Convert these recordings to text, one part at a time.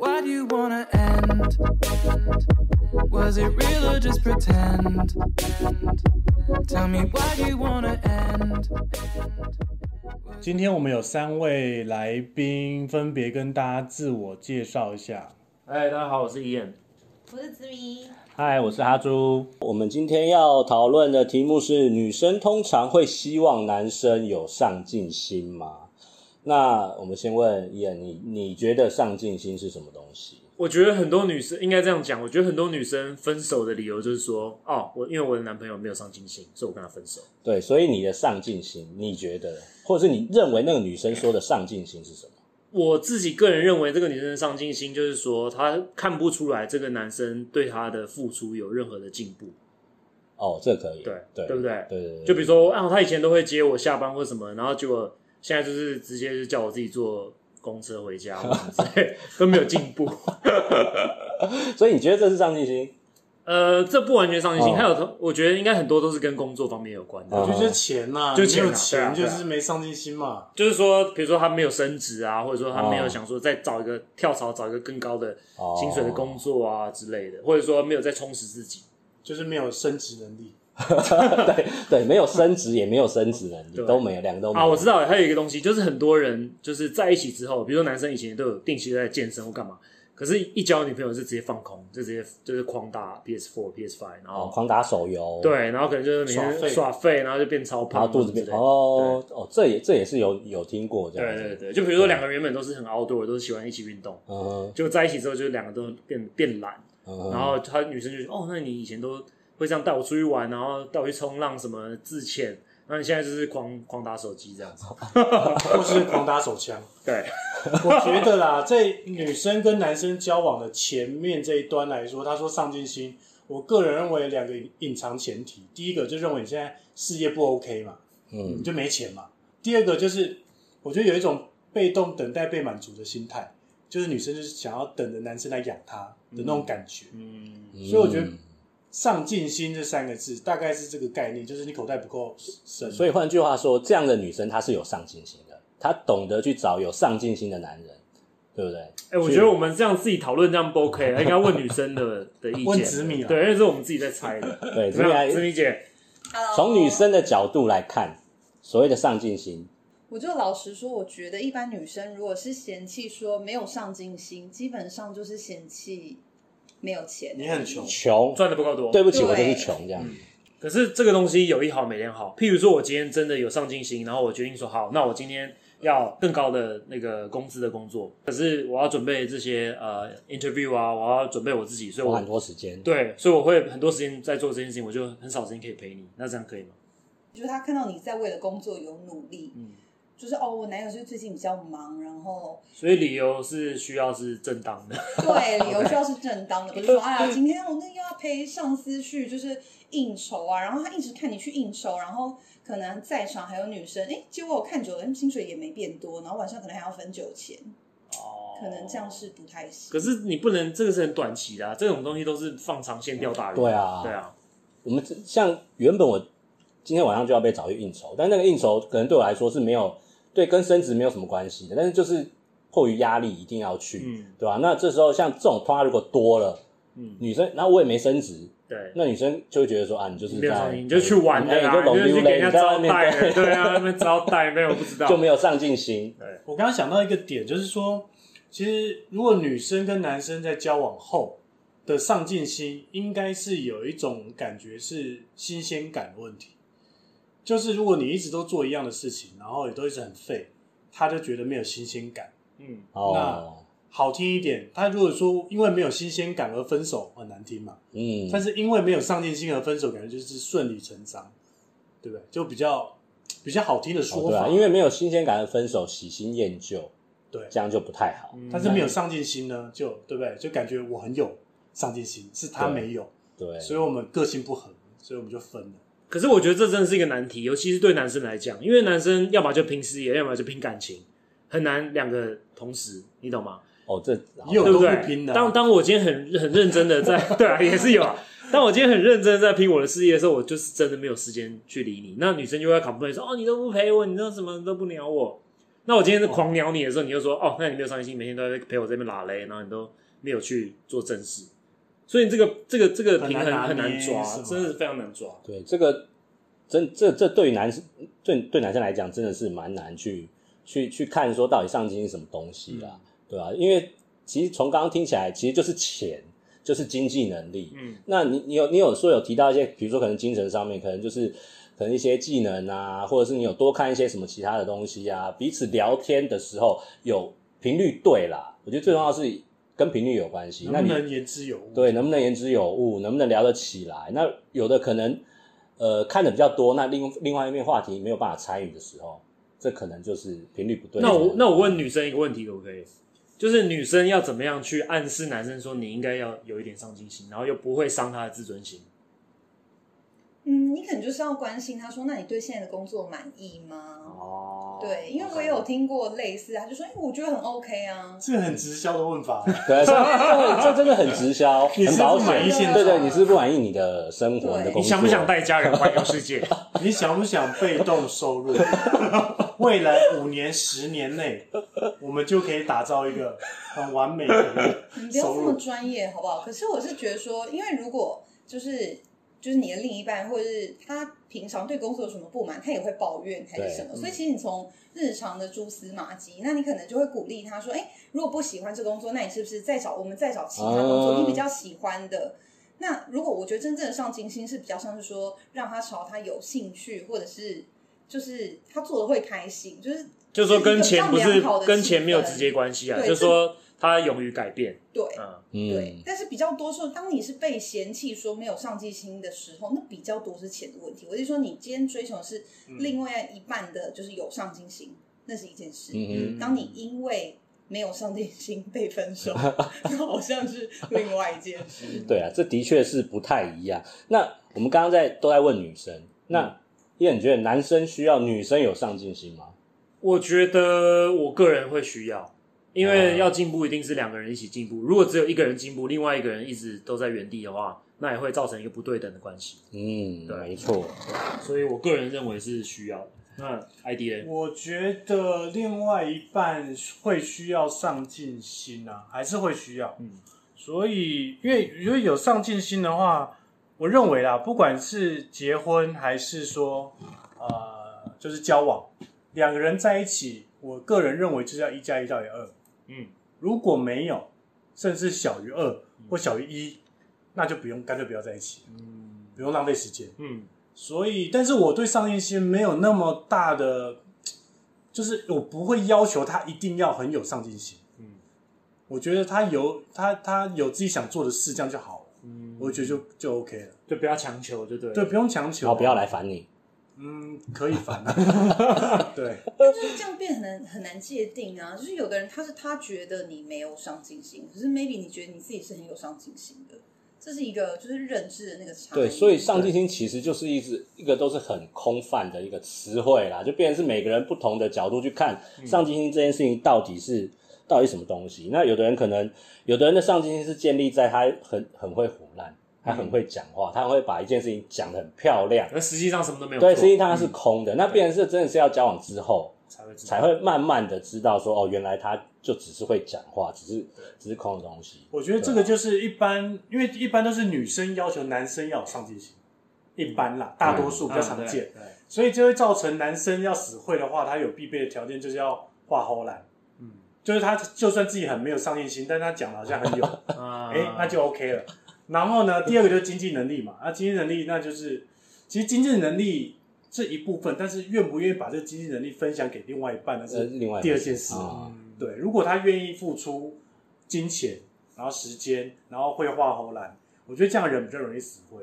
how'd you wanna end? Was it real or just pretend? Tell me why'd you wanna end? 今天我们有三位来宾，分别跟大家自我介绍一下。哎，大家好，我是伊恩。我是子明，嗨，我是哈猪。我们今天要讨论的题目是：女生通常会希望男生有上进心吗？那我们先问伊恩，你你觉得上进心是什么东西？我觉得很多女生应该这样讲，我觉得很多女生分手的理由就是说，哦，我因为我的男朋友没有上进心，所以我跟他分手。对，所以你的上进心，你觉得，或者是你认为那个女生说的上进心是什么？我自己个人认为，这个女生的上进心就是说，她看不出来这个男生对她的付出有任何的进步，哦，这可以，对对，对不对对对对，就比如说，啊，他以前都会接我下班或什么，然后结果现在就是直接就叫我自己坐公车回 家，或什么之类都没有进步。对，所以你觉得这是上进心？呃，这不完全上进心，哦还有同，我觉得应该很多都是跟工作方面有关的。哦我觉得就是钱呐、就你没有钱钱啊对啊就是没上进心嘛。就是说，比如说他没有升职啊，或者说他没有哦想说再找一个跳槽，找一个更高的哦薪水的工作啊之类的，或者说没有在充实自己。就是没有升职能力。 对对，没有升职，也没有升职能力，对都没有，两个都没有。啊，我知道了，还有一个东西，就是很多人就是在一起之后，比如说男生以前都有定期在健身或干嘛，可是一交女朋友就直接放空，就直接就是狂打 PS Four、PS Five，然哦，后、狂打手游，，对，然后可能就是每耍废天耍废，然后就变超然胖，啊后肚子变之类的哦哦，这也这也是有有听过这对样对子，对，就比如说两个人原本都是很 outdoor，都是喜欢一起运动，嗯哼就在一起之后，就两个都变变懒，嗯哼，然后他女生就说：“哦，那你以前都会这样带我出去玩，然后带我去冲浪什么自潜，那你现在就是狂狂打手机这样子。”或是狂打手枪。对，我觉得啦，在女生跟男生交往的前面这一端来说，他说上进心，我个人认为两个隐藏前提，第一个就认为你现在事业不 OK 嘛，你嗯，就没钱嘛；第二个就是我觉得有一种被动等待被满足的心态，就是女生就是想要等着男生来养她的那种感觉。嗯，所以我觉得上进心这三个字大概是这个概念，就是你口袋不够深，所以换句话说，这样的女生她是有上进心的，她懂得去找有上进心的男人，对不对？哎、我觉得我们这样自己讨论这样不 OK，应该啊问女生的的意见。问子米啊对，因为是我们自己在猜的。 对，怎这么样，来子米姐？ Hello 从女，生的角度来看，所谓的上进心，我就老实说，我觉得一般女生如果是嫌弃说没有上进心，基本上就是嫌弃没有钱。你很穷，穷，赚的嗯不够多，对不起，对我就是穷这样。可是这个东西有一好没两好。譬如说，我今天真的有上进心，然后我决定说好，那我今天要更高的那个工资的工作。可是我要准备这些呃 interview 啊，我要准备我自己，所以花我很多时间，对，所以我会很多时间在做这件事情，我就很少时间可以陪你。那这样可以吗？就是他看到你在为了工作有努力，嗯，就是哦，我男友是最近比较忙，然后所以理由是需要是正当的。 对理由需要是正当 的，不是说哎呀，今天我那个要陪上司去就是应酬啊，然后他一直看你去应酬，然后可能在场还有女生，哎，结果我看久了，薪水也没变多，然后晚上可能还要分酒钱，哦可能这样。是不太行。可是你不能，这个是很短期的、啊，这种东西都是放长线钓大鱼。对啊对啊，我们这像原本我今天晚上就要被找去应酬，但那个应酬可能对我来说是没有对跟升职没有什么关系的，但是就是迫于压力一定要去，嗯对吧、那这时候像这种通话如果多了，嗯，女生，然后我也没升职，对。那女生就会觉得说啊，你就是没有在哎上瘾，你就去玩的你啦，就你龙就溜去给人家嘞，你在外招面待的，对，对啊，那边招待没有我不知道， 就没有上 进心。我刚刚想到一个点，就是说，其实如果女生跟男生在交往后的上进心，应该是有一种感觉是新鲜感的问题。就是如果你一直都做一样的事情，然后也都一直很废，他就觉得没有新鲜感。嗯，哦，好听一点，他如果说因为没有新鲜感而分手，很难听嘛。嗯，但是因为没有上进心而分手，感觉就是顺理成章，对不对？就比较比较好听的哦说对法，啊，因为没有新鲜感的分手，喜新厌旧，对这样就不太好。嗯但是没有上进心呢，就对不对？就感觉我很有上进心，是他没有，对，所以我们个性不合，所以我们就分了。可是我觉得这真的是一个难题，尤其是对男生来讲，因为男生要么就拼事业，要么就拼感情，很难两个同时，你懂吗？哦，这也有对都不不对？拼的啊，当当我今天很很认真 的在，对啊，也是有啊。当我今天很认真地在拼我的事业的时候，我就是真的没有时间去理你。那女生就会 complain 说：“哦，你都不陪我，你都什么都不鸟我。”那我今天是狂鸟你的时候，你就说：“哦，那你没有上进心，每天都在陪我这边拉雷，然后你都没有去做正事，所以这个这个这个很平难衡拿很难捏抓是，吗真的是非常难抓。对，这个真这这对于男生对对男生来讲，真的是蛮难去去去看说到底上进是什么东西啦，对吧、因为其实从刚刚听起来，其实就是钱，就是经济能力。嗯，那你你有你有说有提到一些，比如说可能精神上面，可能就是可能一些技能啊，或者是你有多看一些什么其他的东西啊，彼此聊天的时候有频率对啦，我觉得最重要是跟频率有关系。那能你不能言之有物？对，能不能言之有物，能不能聊得起来？那有的可能，呃，看的比较多，那另另外一面话题没有办法参与的时候，这可能就是频率不对。那我那我问女生一个问题可不可以？就是女生要怎么样去暗示男生说你应该要有一点上进心，然后又不会伤他的自尊心？嗯，你可能就是要关心他说，那你对现在的工作满意吗？哦对，因为我也有听过类似，他就说，哎、我觉得很 OK 啊。这很直销的问法，啊可能这这真的很直 销，你很是不保满意险。现对对，状？你是不满意你的生活、你的对工作，你想不想带家人环游世界？你想不想被动收入？ 未来五年、十年内，我们就可以打造一个很完美的你不要收这么入。专业好不好？可是我是觉得说，因为如果就是就是你的另一半，或者是他平常对工作有什么不满，他也会抱怨还是什么，所以嗯其实你从日常的蛛丝马迹，那你可能就会鼓励他说，哎、如果不喜欢这工作，那你是不是再找我们再找其他工作、啊你比较喜欢的？那如果我觉得真正的上进心是比较像是说，让他朝他有兴趣，或者是就是他做的会开心，就是就说跟一钱个不比较是良好的跟气钱没有氛直接关系啊，对就这说他勇于改变。对。嗯，对嗯，，但是比较多说，当你是被嫌弃说没有上进心的时候，那比较多是钱的问题。我就说，你今天追求的是嗯另外一半的，就是有上进心，那是一件事。嗯当你因为没有上进心被分 手，那好像是另外一件事。哼，对啊，这的确是不太一样。那我们刚刚在都在问女生，那因为你觉得男生需要女生有上进心吗？我觉得我个人会需要，因啊为要进步一定是两个人一起进步。如果只有一个人进步，另外一个人一直都在原地的话，那也会造成一个不对等的关系。嗯，对啊没错，所以我个人认为是需要的。那 ID 呢？我觉得另外一半会需要上进心啊，还是会需要。嗯，所以，因为如果有上进心的话，我认为啦，不管是结婚还是说呃，就是交往，两个人在一起，我个人认为就是要一加一大于二。嗯，如果没有，甚至小于二或小于一，那就不用，干脆不要在一起，嗯不用浪费时间。嗯，所以，但是我对上进心没有那么大的，就是我不会要求他一定要很有上进心。嗯我觉得他有他他有自己想做的事，这样就好了。嗯我觉得就就 OK 了，就不要强求，就对了。对，不用强然后求，不要来烦你。嗯，可以烦啊， 对，但就是这样变很难很难界定啊。就是有的人他是他觉得你没有上进心，可是 maybe 你觉得你自己是很有上进心的，这是一个就是认知的那个差异。对，所以上进心其实就是一直一个都是很空泛的一个词汇啦，就变成是每个人不同的角度去看嗯上进心这件事情到底是到底什么东西。那有的人可能，有的人的上进心是建立在他很很会胡乱，他嗯很会讲话，他会把一件事情讲得很漂亮，而实际上什么都没有做，嗯对，实际上它是嗯空的。那变成是真的是要交往之后才会知道啊才会慢慢的知道说，哦，原来他就只是会讲话，只是只是空的东西。我觉得这个就是一般，因为一般都是女生要求男生要有上进心，一般啦，大多数比较常见，嗯。对对所以就会造成男生要死会的话，他有必备的条件就是要画喉兰，嗯就是他就算自己很没有上进心，但他讲的好像很有，啊哎、那就 OK 了。然后呢，第二个就是经济能力嘛，那、经济能力那就是，其实经济能力是一部分，但是愿不愿意把这个经济能力分享给另外一半，那呃，是另外一第二回件事。啊对，如果他愿意付出金钱，然后时间，然后会画喉兰，我觉得这样的人比较容易死会。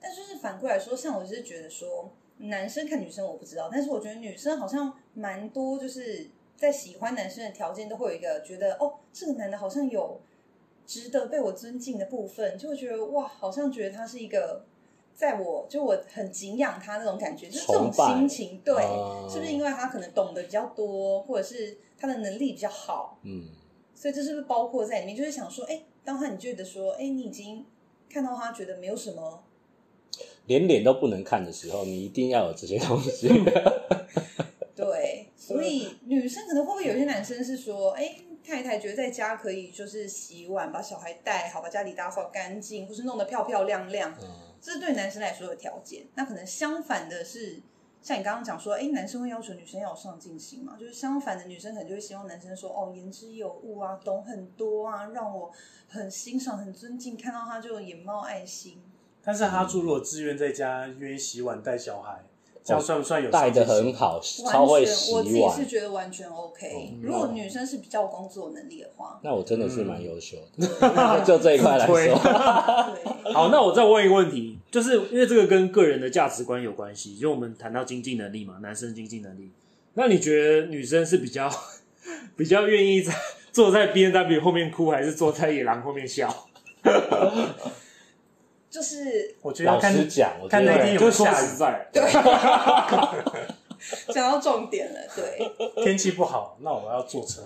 但就是反过来说，像我就是觉得说，男生看女生我不知道，但是我觉得女生好像蛮多，就是在喜欢男生的条件都会有一个觉得，哦，这个男的好像有值得被我尊敬的部分，就会觉得哇，好像觉得他是一个。在我就我很敬仰他那种感觉，就是这种崇拜心情，对，啊是不是因为他可能懂得比较多，或者是他的能力比较好，嗯。所以这是不是包括在里面？就是想说，哎、当他你觉得说，哎、你已经看到他觉得没有什么嗯 连脸都不能看的时候，你一定要有这些东西。对，所嗯以女生可能会不会有些男生是说，哎、太太觉得在家可以就是洗碗，把小孩带好，把家里打扫干净，或是弄得漂漂亮亮，嗯这是对男生来说的条件。那可能相反的是，像你刚刚讲说，哎、男生会要求女生要有上进心嘛，就是相反的，女生可能就会希望男生说，哦，言之有物啊，懂很多啊，让我很欣赏、很尊敬，看到他就眼冒爱心。但是哈猪如果自愿在家愿意洗碗带小孩，哦这样算不算有带的上很进心？好，完超会全，我自洗己碗哦是。觉得完全 OK、如果女生是比较有工作能力的话，那我真的是蛮优秀嗯的， 就这一块来说， 对，好，那我再问一个问题，就是因为这个跟个人的价值观有关系，因为我们谈到经济能力嘛，男生经济能力，那你觉得女生是比较 比较愿意在坐在 B N W 后面哭，还是坐在野狼后面笑？就是我觉得 老要看实讲，我觉看那得天有没就有是说下实雨，在，对， 讲到重点了，对，天气不好，那我要坐车。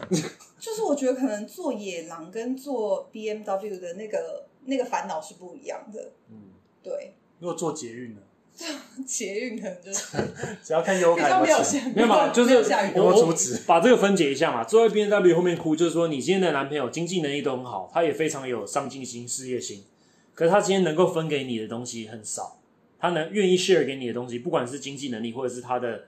就是我觉得可能做野狼跟做 BMW 的那个那个烦恼是不一样的，嗯，对，如果坐捷运呢？捷运可能就是只要看优比卡较没有没有有钱下，没有嘛，就没有是下雨有没有我阻止把这个分解一下嘛。坐在 B N W 后面哭，就是说你今天的男朋友经济能力都很好，他也非常有上进心、事业心，可是他今天能够分给你的东西很少，他能愿意 share 给你的东西，不管是经济能力或者是他的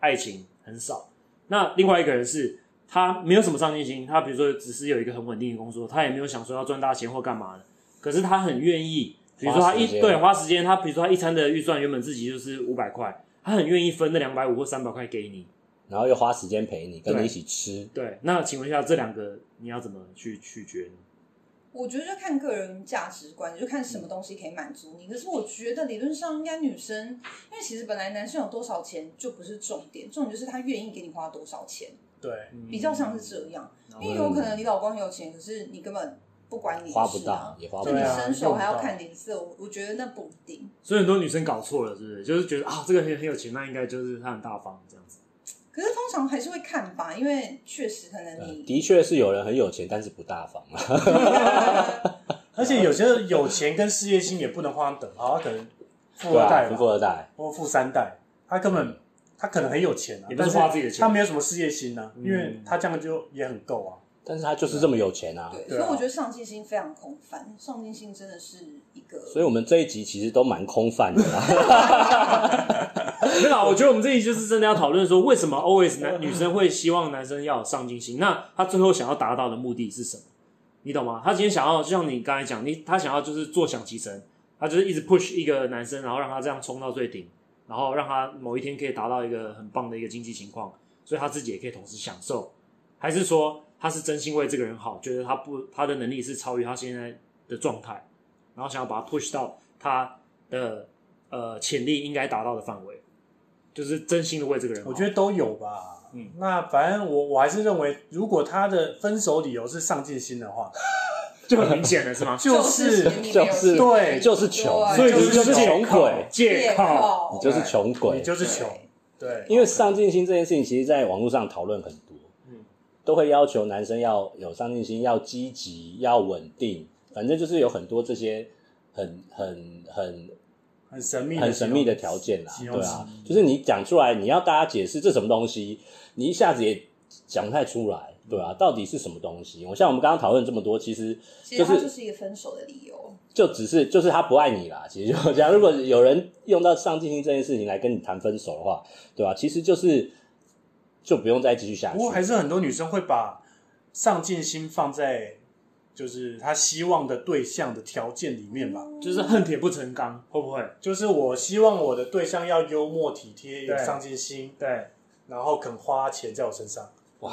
爱情很少。那另外一个人是他没有什么上进心，他比如说只是有一个很稳定的工作，他也没有想说要赚大钱或干嘛的，可是他很愿意，比如说他花一时间对花时间，他比如说他一餐的预算原本自己就是五百块，他很愿意分那两百五或三百块给你。然后又花时间陪你，跟对你一起吃，对，那请问一下，这两个你要怎么去拒绝呢？我觉得就看个人价值观，就看什么东西可以满足你。可是我觉得理论上应该女生，因为其实本来男生有多少钱就不是重点，重点就是他愿意给你花多少钱，对，嗯比较像是这样。嗯因为有可能你老公很有钱，可是你根本不管你、啊、花不到，，也花不就你对到啊。伸手还要看脸色，我我觉得那不一定。所以很多女生搞错了，是不是？就是觉得啊，这个很很有钱，那应该就是他很大方这样子。可是通常还是会看吧，因为确实可能嗯你的确是有人很有钱，但是不大方嘛。而且有些有钱跟事业心也不能画上等号，他可能富对二代啊，吧富二代，或富三代，他根本他可能很有钱啊，也不但是是花自己的钱他没有什么事业心啊，因为嗯他这样就也很够啊。但是他就是这么有钱啊。对，对所啊以我觉得上进心非常空泛，上进心真的是一个。所以我们这一集其实都蛮空泛的啦。没有啦，我觉得我们这里就是真的要讨论说，为什么 always 男女生会希望男生要有上进心？那他最后想要达到的目的是什么？你懂吗？他今天想要，就像你刚才讲，你他想要就是坐享其成，他就是一直 push 一个男生，然后让他这样冲到最顶，然后让他某一天可以达到一个很棒的一个经济情况，所以他自己也可以同时享受，还是说他是真心为这个人好，觉得他不他的能力是超于他现在的状态，然后想要把他 push 到他的呃潜力应该达到的范围，就是真心的为这个人好。我觉得都有吧。嗯那反正我我还是认为，如果他的分手理由是上进心的话，就很明显了，是吗？就是你没有就是 对就是穷对所以你就是借穷口鬼，借借口。口你 就是穷鬼你。就是对穷，对，因为上进心这件事情，其实在网络上讨论很多，嗯都会要求男生要有上进心，要积极，要稳定，反正就是有很多这些很很很很神秘，很神秘的条件啦，形容对词啊，就是你讲出来，你要大家解释这什么东西，你一下子也讲不太出来，对啊，到底是什么东西？我像我们刚刚讨论这么多，其实其实它就是就是一个分手的理由。就只是就是他不爱你啦， 其实就这样。如果有人用到上进心这件事情来跟你谈分手的话，对吧、其实就是就不用再继续下去。不过还是很多女生会把上进心放在就是她希望的对象的条件里面吧。就是恨铁不成钢，会不会？就是我希望我的对象要幽默体贴，有对上进心，对，然后肯花钱在我身上。哦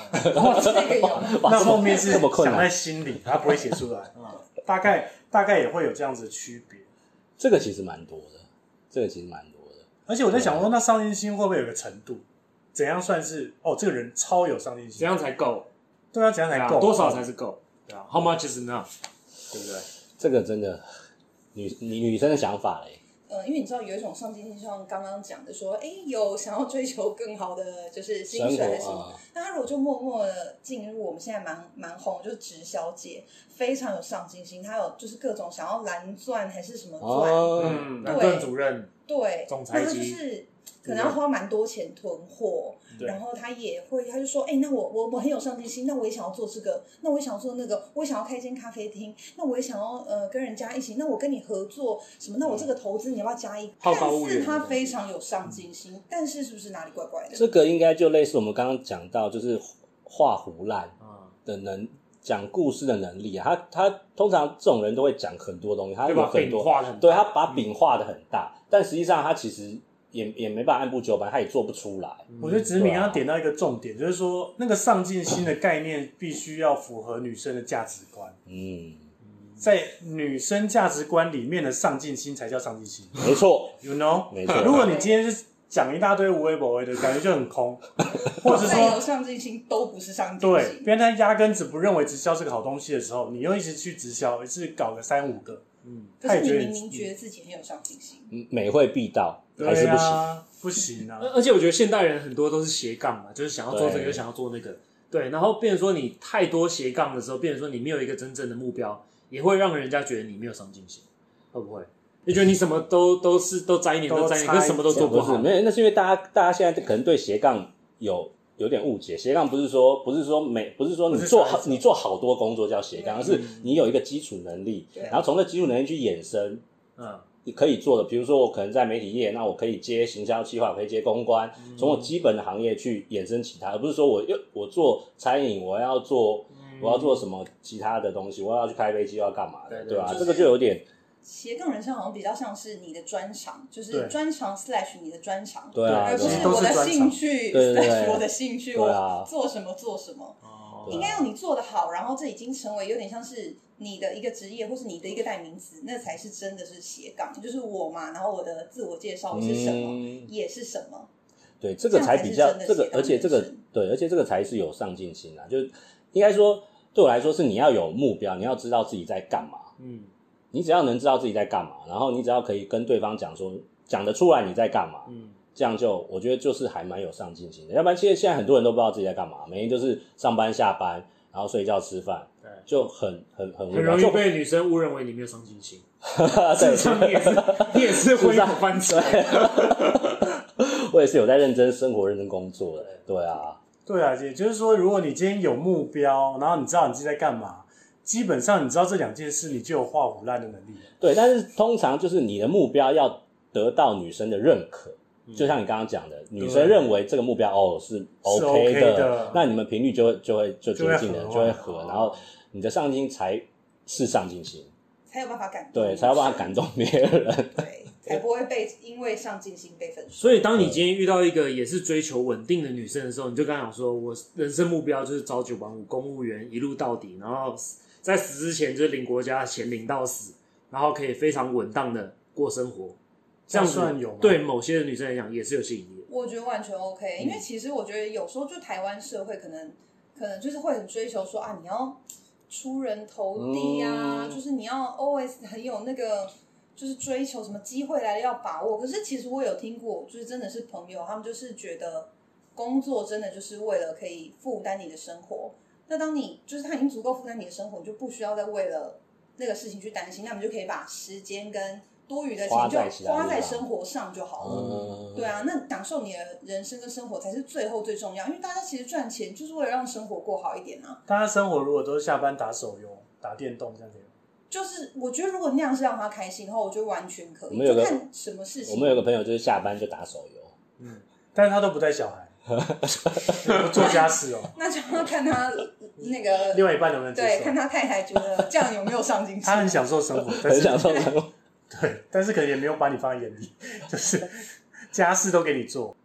这个 有，哇那后面是啊这么困想在难，心里，他不会写 出来。嗯大概大概也会有这样子的区别。这个其实蛮多的，这个其实蛮多的。而且我在想啊说，那上进心会不会有个程度？怎样算是哦？这个人超有上进怎心，样才够？对啊，怎样对才啊够？多少才是够？对啊，How much is enough？对不对？这个真的女女女生的想法嘞，呃，因为你知道有一种上进心，像刚刚讲的说，哎，有想要追求更好的就是薪生水还是什活么，啊，那他如果就默默的进入我们现在蛮蛮红，就是直销界，非常有上进心，他有就是各种想要蓝钻还是什么钻，哦，嗯，蓝钻主任，对，总裁那他就级是可能要花蛮多钱囤货，对然后他也会，他就说，哎、那我我我很有上进心，那我也想要做这个，那我也想要做那个，我也想要开一间咖啡厅，那我也想要呃跟人家一起，那我跟你合作什么，那我这个投资你要不要加一？好看高骛远似他非常有上进心，但是是不是哪里怪怪的？这个应该就类似我们刚刚讲到，就是画胡烂啊，的能讲故事的能力、啊。他他通常这种人都会讲很多东西，他啊对有吧？很饼多，画的很对他把饼画的很大，但实际上他其实也也没办法按部就班，他也做不出来。我觉得子敏对啊刚刚点到一个重点，就是说那个上进心的概念必须要符合女生的价值观，嗯，在女生价值观里面的上进心才叫上进心没错， ，you know？没错如果你今天是讲一大堆无为不为的感觉就很空，或者是再有说上进心都不是上进对心，别人他压根子不认为直销是个好东西的时候，你又一直去直销，一次搞个三五个，可他是也你觉得明明觉得自己很有上进心，嗯美惠必到还是对不行。啊，不行啊而。而且我觉得现代人很多都是斜杠嘛，就是想要做这个对又想要做那个，对，然后变成说你太多斜杠的时候，变成说你没有一个真正的目标，也会让人家觉得你没有上进心，会不会？就觉得你什么都都是都沾一点都都沾一点，沾可是什么都做不好是，。没有，那是因为大家大家现在可能对斜杠有有点误解。斜杠不是说不是说每不是说你不是做说好你做好多工作叫斜杠，而是你有一个基础能力，对然后从这基础能力去衍生嗯，你可以做的。比如说我可能在媒体业，那我可以接行销企划，我可以接公关，从我基本的行业去衍生其他，而不是说我又我做餐饮，我要做。我要做什么其他的东西？我要去开飞机，我要干嘛的？对对对吧、就是这个就有点斜杠人生好像比较像是你的专长，就是对专长 slash 你的专长，对啊而不对是啊我都是的专长兴趣对对对 slash 我的兴趣，对啊我做什么做什么，哦对啊应该要你做得好，然后这已经成为有点像是你的一个职业或是你的一个代名词，那才是真的是斜杠，就是我嘛，然后我的自我介绍我是什么，嗯也是什么，对，这个才比较这样才是这真的个，而且斜杠这个人生对，而且这个才是有上进心啊。就是应该说，对我来说是你要有目标，你要知道自己在干嘛。嗯，你只要能知道自己在干嘛，然后你只要可以跟对方讲说，讲得出来你在干嘛，嗯，这样就我觉得就是还蛮有上进心的。要不然，其实现在很多人都不知道自己在干嘛，每天就是上班下班，然后睡觉吃饭，对就很很很无很聊容就易被女生误认为你没有上进心，事实对上你也 是你也是灰事实头上翻车。 我也是有在认真生活、认真工作的。对啊，对啊，也就是说，如果你今天有目标，然后你知道你自己在干嘛，基本上你知道这两件事，你就有画虎烂的能力。对，但是通常就是你的目标要得到女生的认可，就像你刚刚讲的，女生认为这个目标哦嗯是 OK 的， OK 的那你们频率就会就会就接近了，就会合就会合，然后你的上进心才是上进心，才有办法感动，对，才有办法感动别人。 对，才不会被因为上进心被分手。所以，当你今天遇到一个也是追求稳定的女生的时候，你就跟她讲说，我人生目标就是朝九晚五公务员一路到底，然后在死之前就是领国家钱领到死，然后可以非常稳当的过生活，这样子算有吗对某些的女生来讲也是有吸引力的。我觉得完全 OK，因为嗯其实我觉得有时候就台湾社会可能可能就是会很追求说啊，你要出人头地啊，嗯就是你要 always 很有那个。就是追求什么机会来了要把握，可是其实我有听过，就是真的是朋友，他们就是觉得工作真的就是为了可以负担你的生活。那当你就是他已经足够负担你的生活，你就不需要再为了那个事情去担心，那你就可以把时间跟多余的钱花就在其他花地在方生活上就好了。嗯，对啊，那享受你的人生跟生活才是最后最重要，因为大家其实赚钱就是为了让生活过好一点啊。大家生活如果都是下班打手游、打电动这样子，就是我觉得如果那样是让他开心的话，我觉得完全可我以，们有就个看什么事我情。们有个朋友就是下班就打手游，但是他都不带小孩，做家事 哦。那就要看 他那个另外一半能不能接对，受看？他太太觉得这样有没有上进心。他很享受生 活，但很是享 受生活。对，但是可能也没有把你放在眼里， 就是家事都给你做。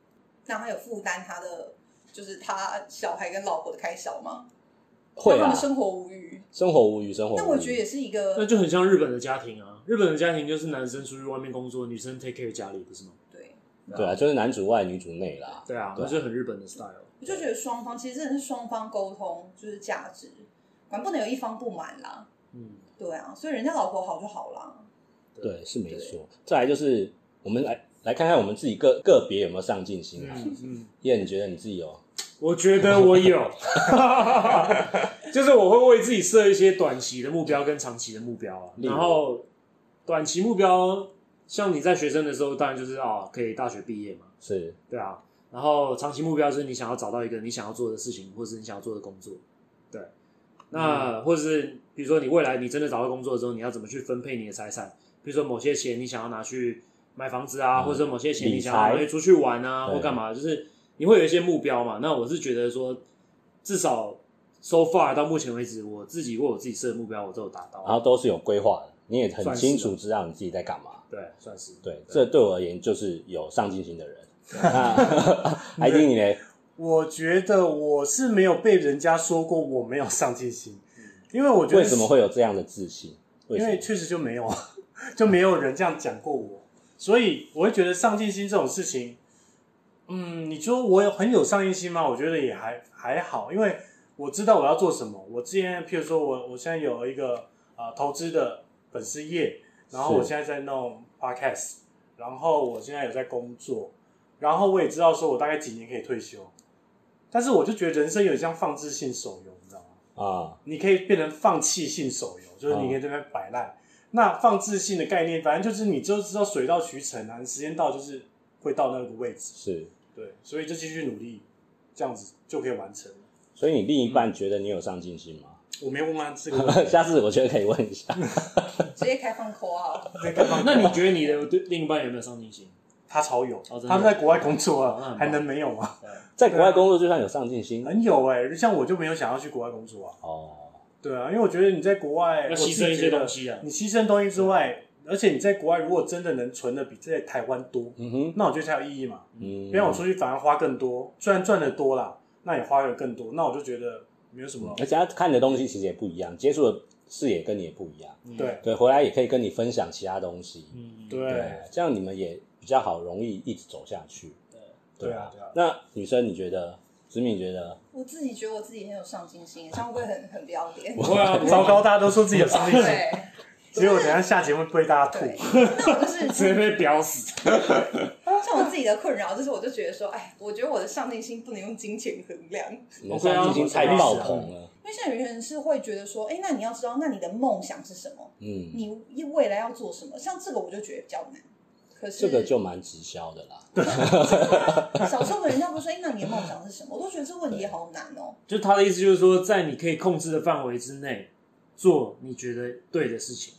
那他有负担他的就是他小孩跟老婆的开销吗？会让他啊哦们，生活无余。生活无余，生活无余。那我觉得也是一那个就很像日本的家庭啊，日本的家庭就是男生出去外面工作，女生 take care 家里，不是吗？对，对啊，就是男主外女主内啦。对啊，对那啊就很日本的 style。我就觉得双方其实真的是双方沟通，就是价值，反正不能有一方不满啦。嗯，对啊，所以人家老婆好就好啦。对，是没错。再来就是我们来来看看我们自己个个别有没有上进心啊？嗯嗯叶、你觉得你自己有？我觉得我有， 就是我会为自己设一些短期的目标跟长期的目标啊。例如然后短期目标，像你在学生的时候，当然就是啊，可以大学毕业嘛，是对啊。然后长期目标就是你想要找到一个你想要做的事情，或是你想要做的工作，对。嗯那、或者是比如说你未来你真的找到工作之后，你要怎么去分配你的财产？比如说某些钱你想要拿去买房子啊，嗯或者某些钱你理想要拿财去出去玩啊，对或干嘛，就是你会有一些目标嘛。那我是觉得说，至少 so far 到目前为止，我自己为我自己设的目标，我都有达到。啊然后都是有规划的，你也很算是清的楚知道你自己在干嘛。对，算是对，这对我而言就是有上进心的 人。 还听你嘞，我觉得我是没有被人家说过我没有上进心，因为我觉得为什么会有这样的自信？为因什为么？确实就没有， 就没有人这样讲过我，所以我会觉得上进心这种事情，嗯，你说我有很有上进心吗？我觉得也还还好，因为我知道我要做什么。我之前，譬如说我我现在有一个呃投资的粉丝业，然后是我现在在弄 podcast，然后我现在有在工作，然后我也知道说我大概几年可以退休，但是我就觉得人生有点像放置性手游，你知道吗？啊，你可以变成放弃性手哦游，就是你可以在那边摆烂。那放置性的概念，反正就是你就知道水到渠成啊，你时间到就是会到那个位置，是。对，所以就继续努力，这样子就可以完成。所以你另一半觉得你有上进心吗？我没问啊，这个问 题下次我觉得可以问一下。嗯直接开放 call out，那你觉得你的对另一半有没有上进 心？他超有，哦真的他在国外工作哦那很啊，棒还能没有吗？在国外工作就算有上进心很有哎、像我就没有想要去国外工作啊，哦，对啊，因为我觉得你在国外要牺牲一些东，西啊我自己觉得。你牺牲东西之外，而且你在国外如果真的能存的比在台湾多，嗯哼，那我觉得才有意义嘛。嗯，别让我出去反而花更多，虽然赚的多啦，那也花的更多，那我就觉得没有什么而。且他看的东西其实也不一样，接触的视野跟你也不一样。对对，回来也可以跟你分享其他东西。嗯，对，哎这样你们也比较好，容易一直走下去。对啊对啊那女生你觉得？子敏觉得？ 我自己觉得我自己很有上进心，这样会不会很很不要脸？不会 啊，不会啊糟糕，大家都说自己有上进心，对结果等一下下节目被大家吐。对，那我就是直接 被飙死。像我自己的困扰，就是我就觉得说，哎，我觉得我的上进心不能用金钱衡量，因你们上进心太爆棚了。为像有些人是会觉得说，哎，那你要知道，那你的梦想是什么，嗯，你未来要做什么，像这个我就觉得比较难。可是这个就蛮直销的啦。 小时候人家不是说，哎，那你的梦想是什么？我都觉得这问题好难哦。就他的意思就是说，在你可以控制的范围之内，做你觉得对的事情。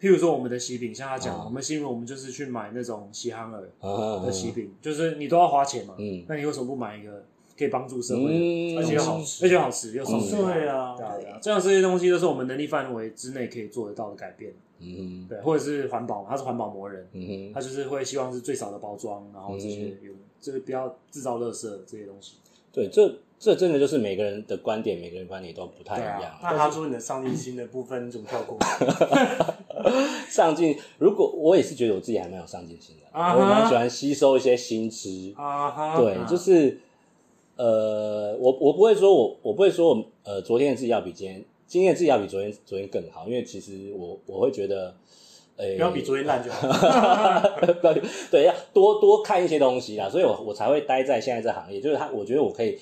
譬如说我们的喜饼，像他讲，啊我们新闻我们就是去买那种喜憨儿啊的喜饼，就是你都要花钱嘛，嗯那你为什么不买一个可以帮助社会的，嗯，而且又好吃，而且又好吃又省嗯钱？对啊对，啊，对啊这样这些东西都是我们能力范围之内可以做得到的改变，嗯对，或者是环保嘛，他是环保魔人，嗯他就是会希望是最少的包装，然后这些有就是不要制造垃圾这些东西。对，这这真的就是每个人的观点，每个人观点都不太一对样啊。那他说你的上进心的部分你怎么跳过？ 上进，如果我也是觉得我自己还蛮有上进心的，啊哈我蛮喜欢吸收一些新知。啊哈，对，就是呃，我我不会说我我不会说我呃，昨天的自己要比今天，今天的自己要比昨天昨天更好，因为其实我我会觉得，呃、不要比昨天烂就好。 不要比对，要多多看一些东西啦，所以我我才会待在现在这行业，就是他，我觉得我可以。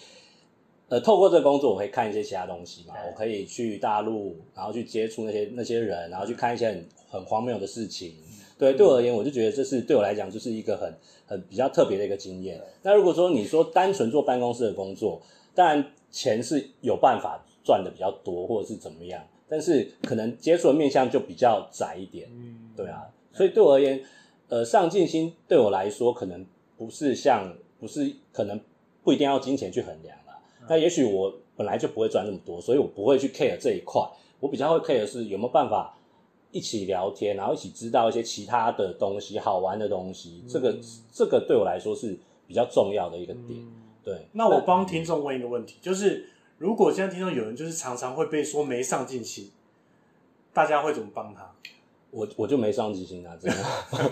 呃，透过这个工作，我可以看一些其他东西嘛，我可以去大陆，然后去接触那些那些人，然后去看一些很很荒谬的事情。对，对我而言，我就觉得这是对我来讲就是一个很很比较特别的一个经验。那如果说你说单纯做办公室的工作，当然钱是有办法赚的比较多，或者是怎么样，但是可能接触的面向就比较窄一点。嗯，对啊，所以对我而言，呃，上进心对我来说可能不是像不是可能不一定要金钱去衡量啦。那也许我本来就不会赚那么多，所以我不会去 care 这一块。我比较会 care 的是有没有办法一起聊天，然后一起知道一些其他的东西、好玩的东西。这个这个对我来说是比较重要的一个点。对，那我帮听众问一个问题，就是如果现在听众有人就是常常会被说没上进心，大家会怎么帮他？我我就没上进心啊，真的，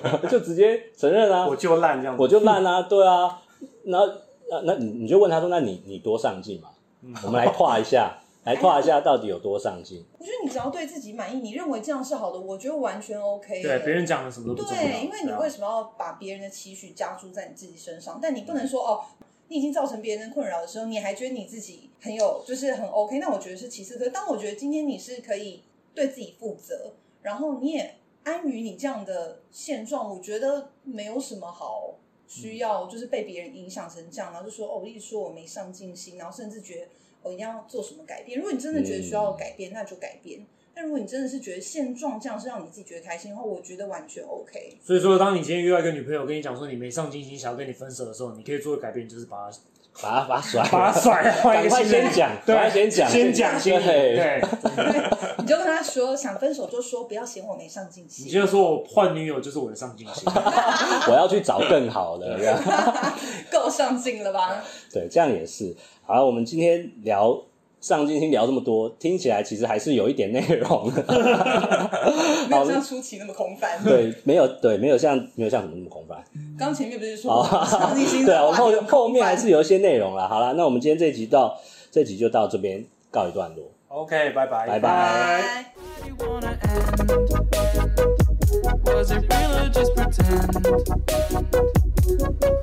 就直接承认啊。我就烂这样子，我就烂啊，对啊，然后呃那那你你就问他说，那你你多上进嘛？嗯我们来跨一下，来跨一下到底有多上进？我觉得你只要对自己满意，你认为这样是好的，我觉得完全 OK 耶。对，别人讲的什么都不重要。对，因为你对啊为什么要把别人的期许加注在你自己身上？但你不嗯能说哦，你已经造成别人的困扰的时候，你还觉得你自己很有，就是很 OK。那我觉得是其次，可是当我觉得今天你是可以对自己负责，然后你也安于你这样的现状，我觉得没有什么好需要就是被别人影响成这样，然后就说哦，一直说我没上进心，然后甚至觉得我、哦、一定要做什么改变。如果你真的觉得需要嗯改变，那就改变。但如果你真的是觉得现状这样是让你自己觉得开心的话，我觉得完全 OK。所以说，当你今天遇到一个女朋友 跟你讲说你没上进心，想要跟你分手的时候，你可以做的改变就是把她把它把它甩了，把她甩了，换一个赶快新先人。讲，对赶快先讲，先讲先对对，你就跟他说想分手就说不要嫌我没上进你心，就说我换女友就是我的上进心，我要去找更好的。这样够上进了吧？对，这样也是。好，我们今天聊上进心聊这么多，听起来其实还是有一点内 容的。没有像舒淇那么空泛。对，没有对，没有像没有像什么那么空泛。刚前面不是说好， 上进心对啊，的我话后就后面还是有一些内容啦。好啦，那我们今天这集到这集就到这边告一段落， OK，拜拜，拜拜。拜。 Why do you wanna end? Was it real or just pretend?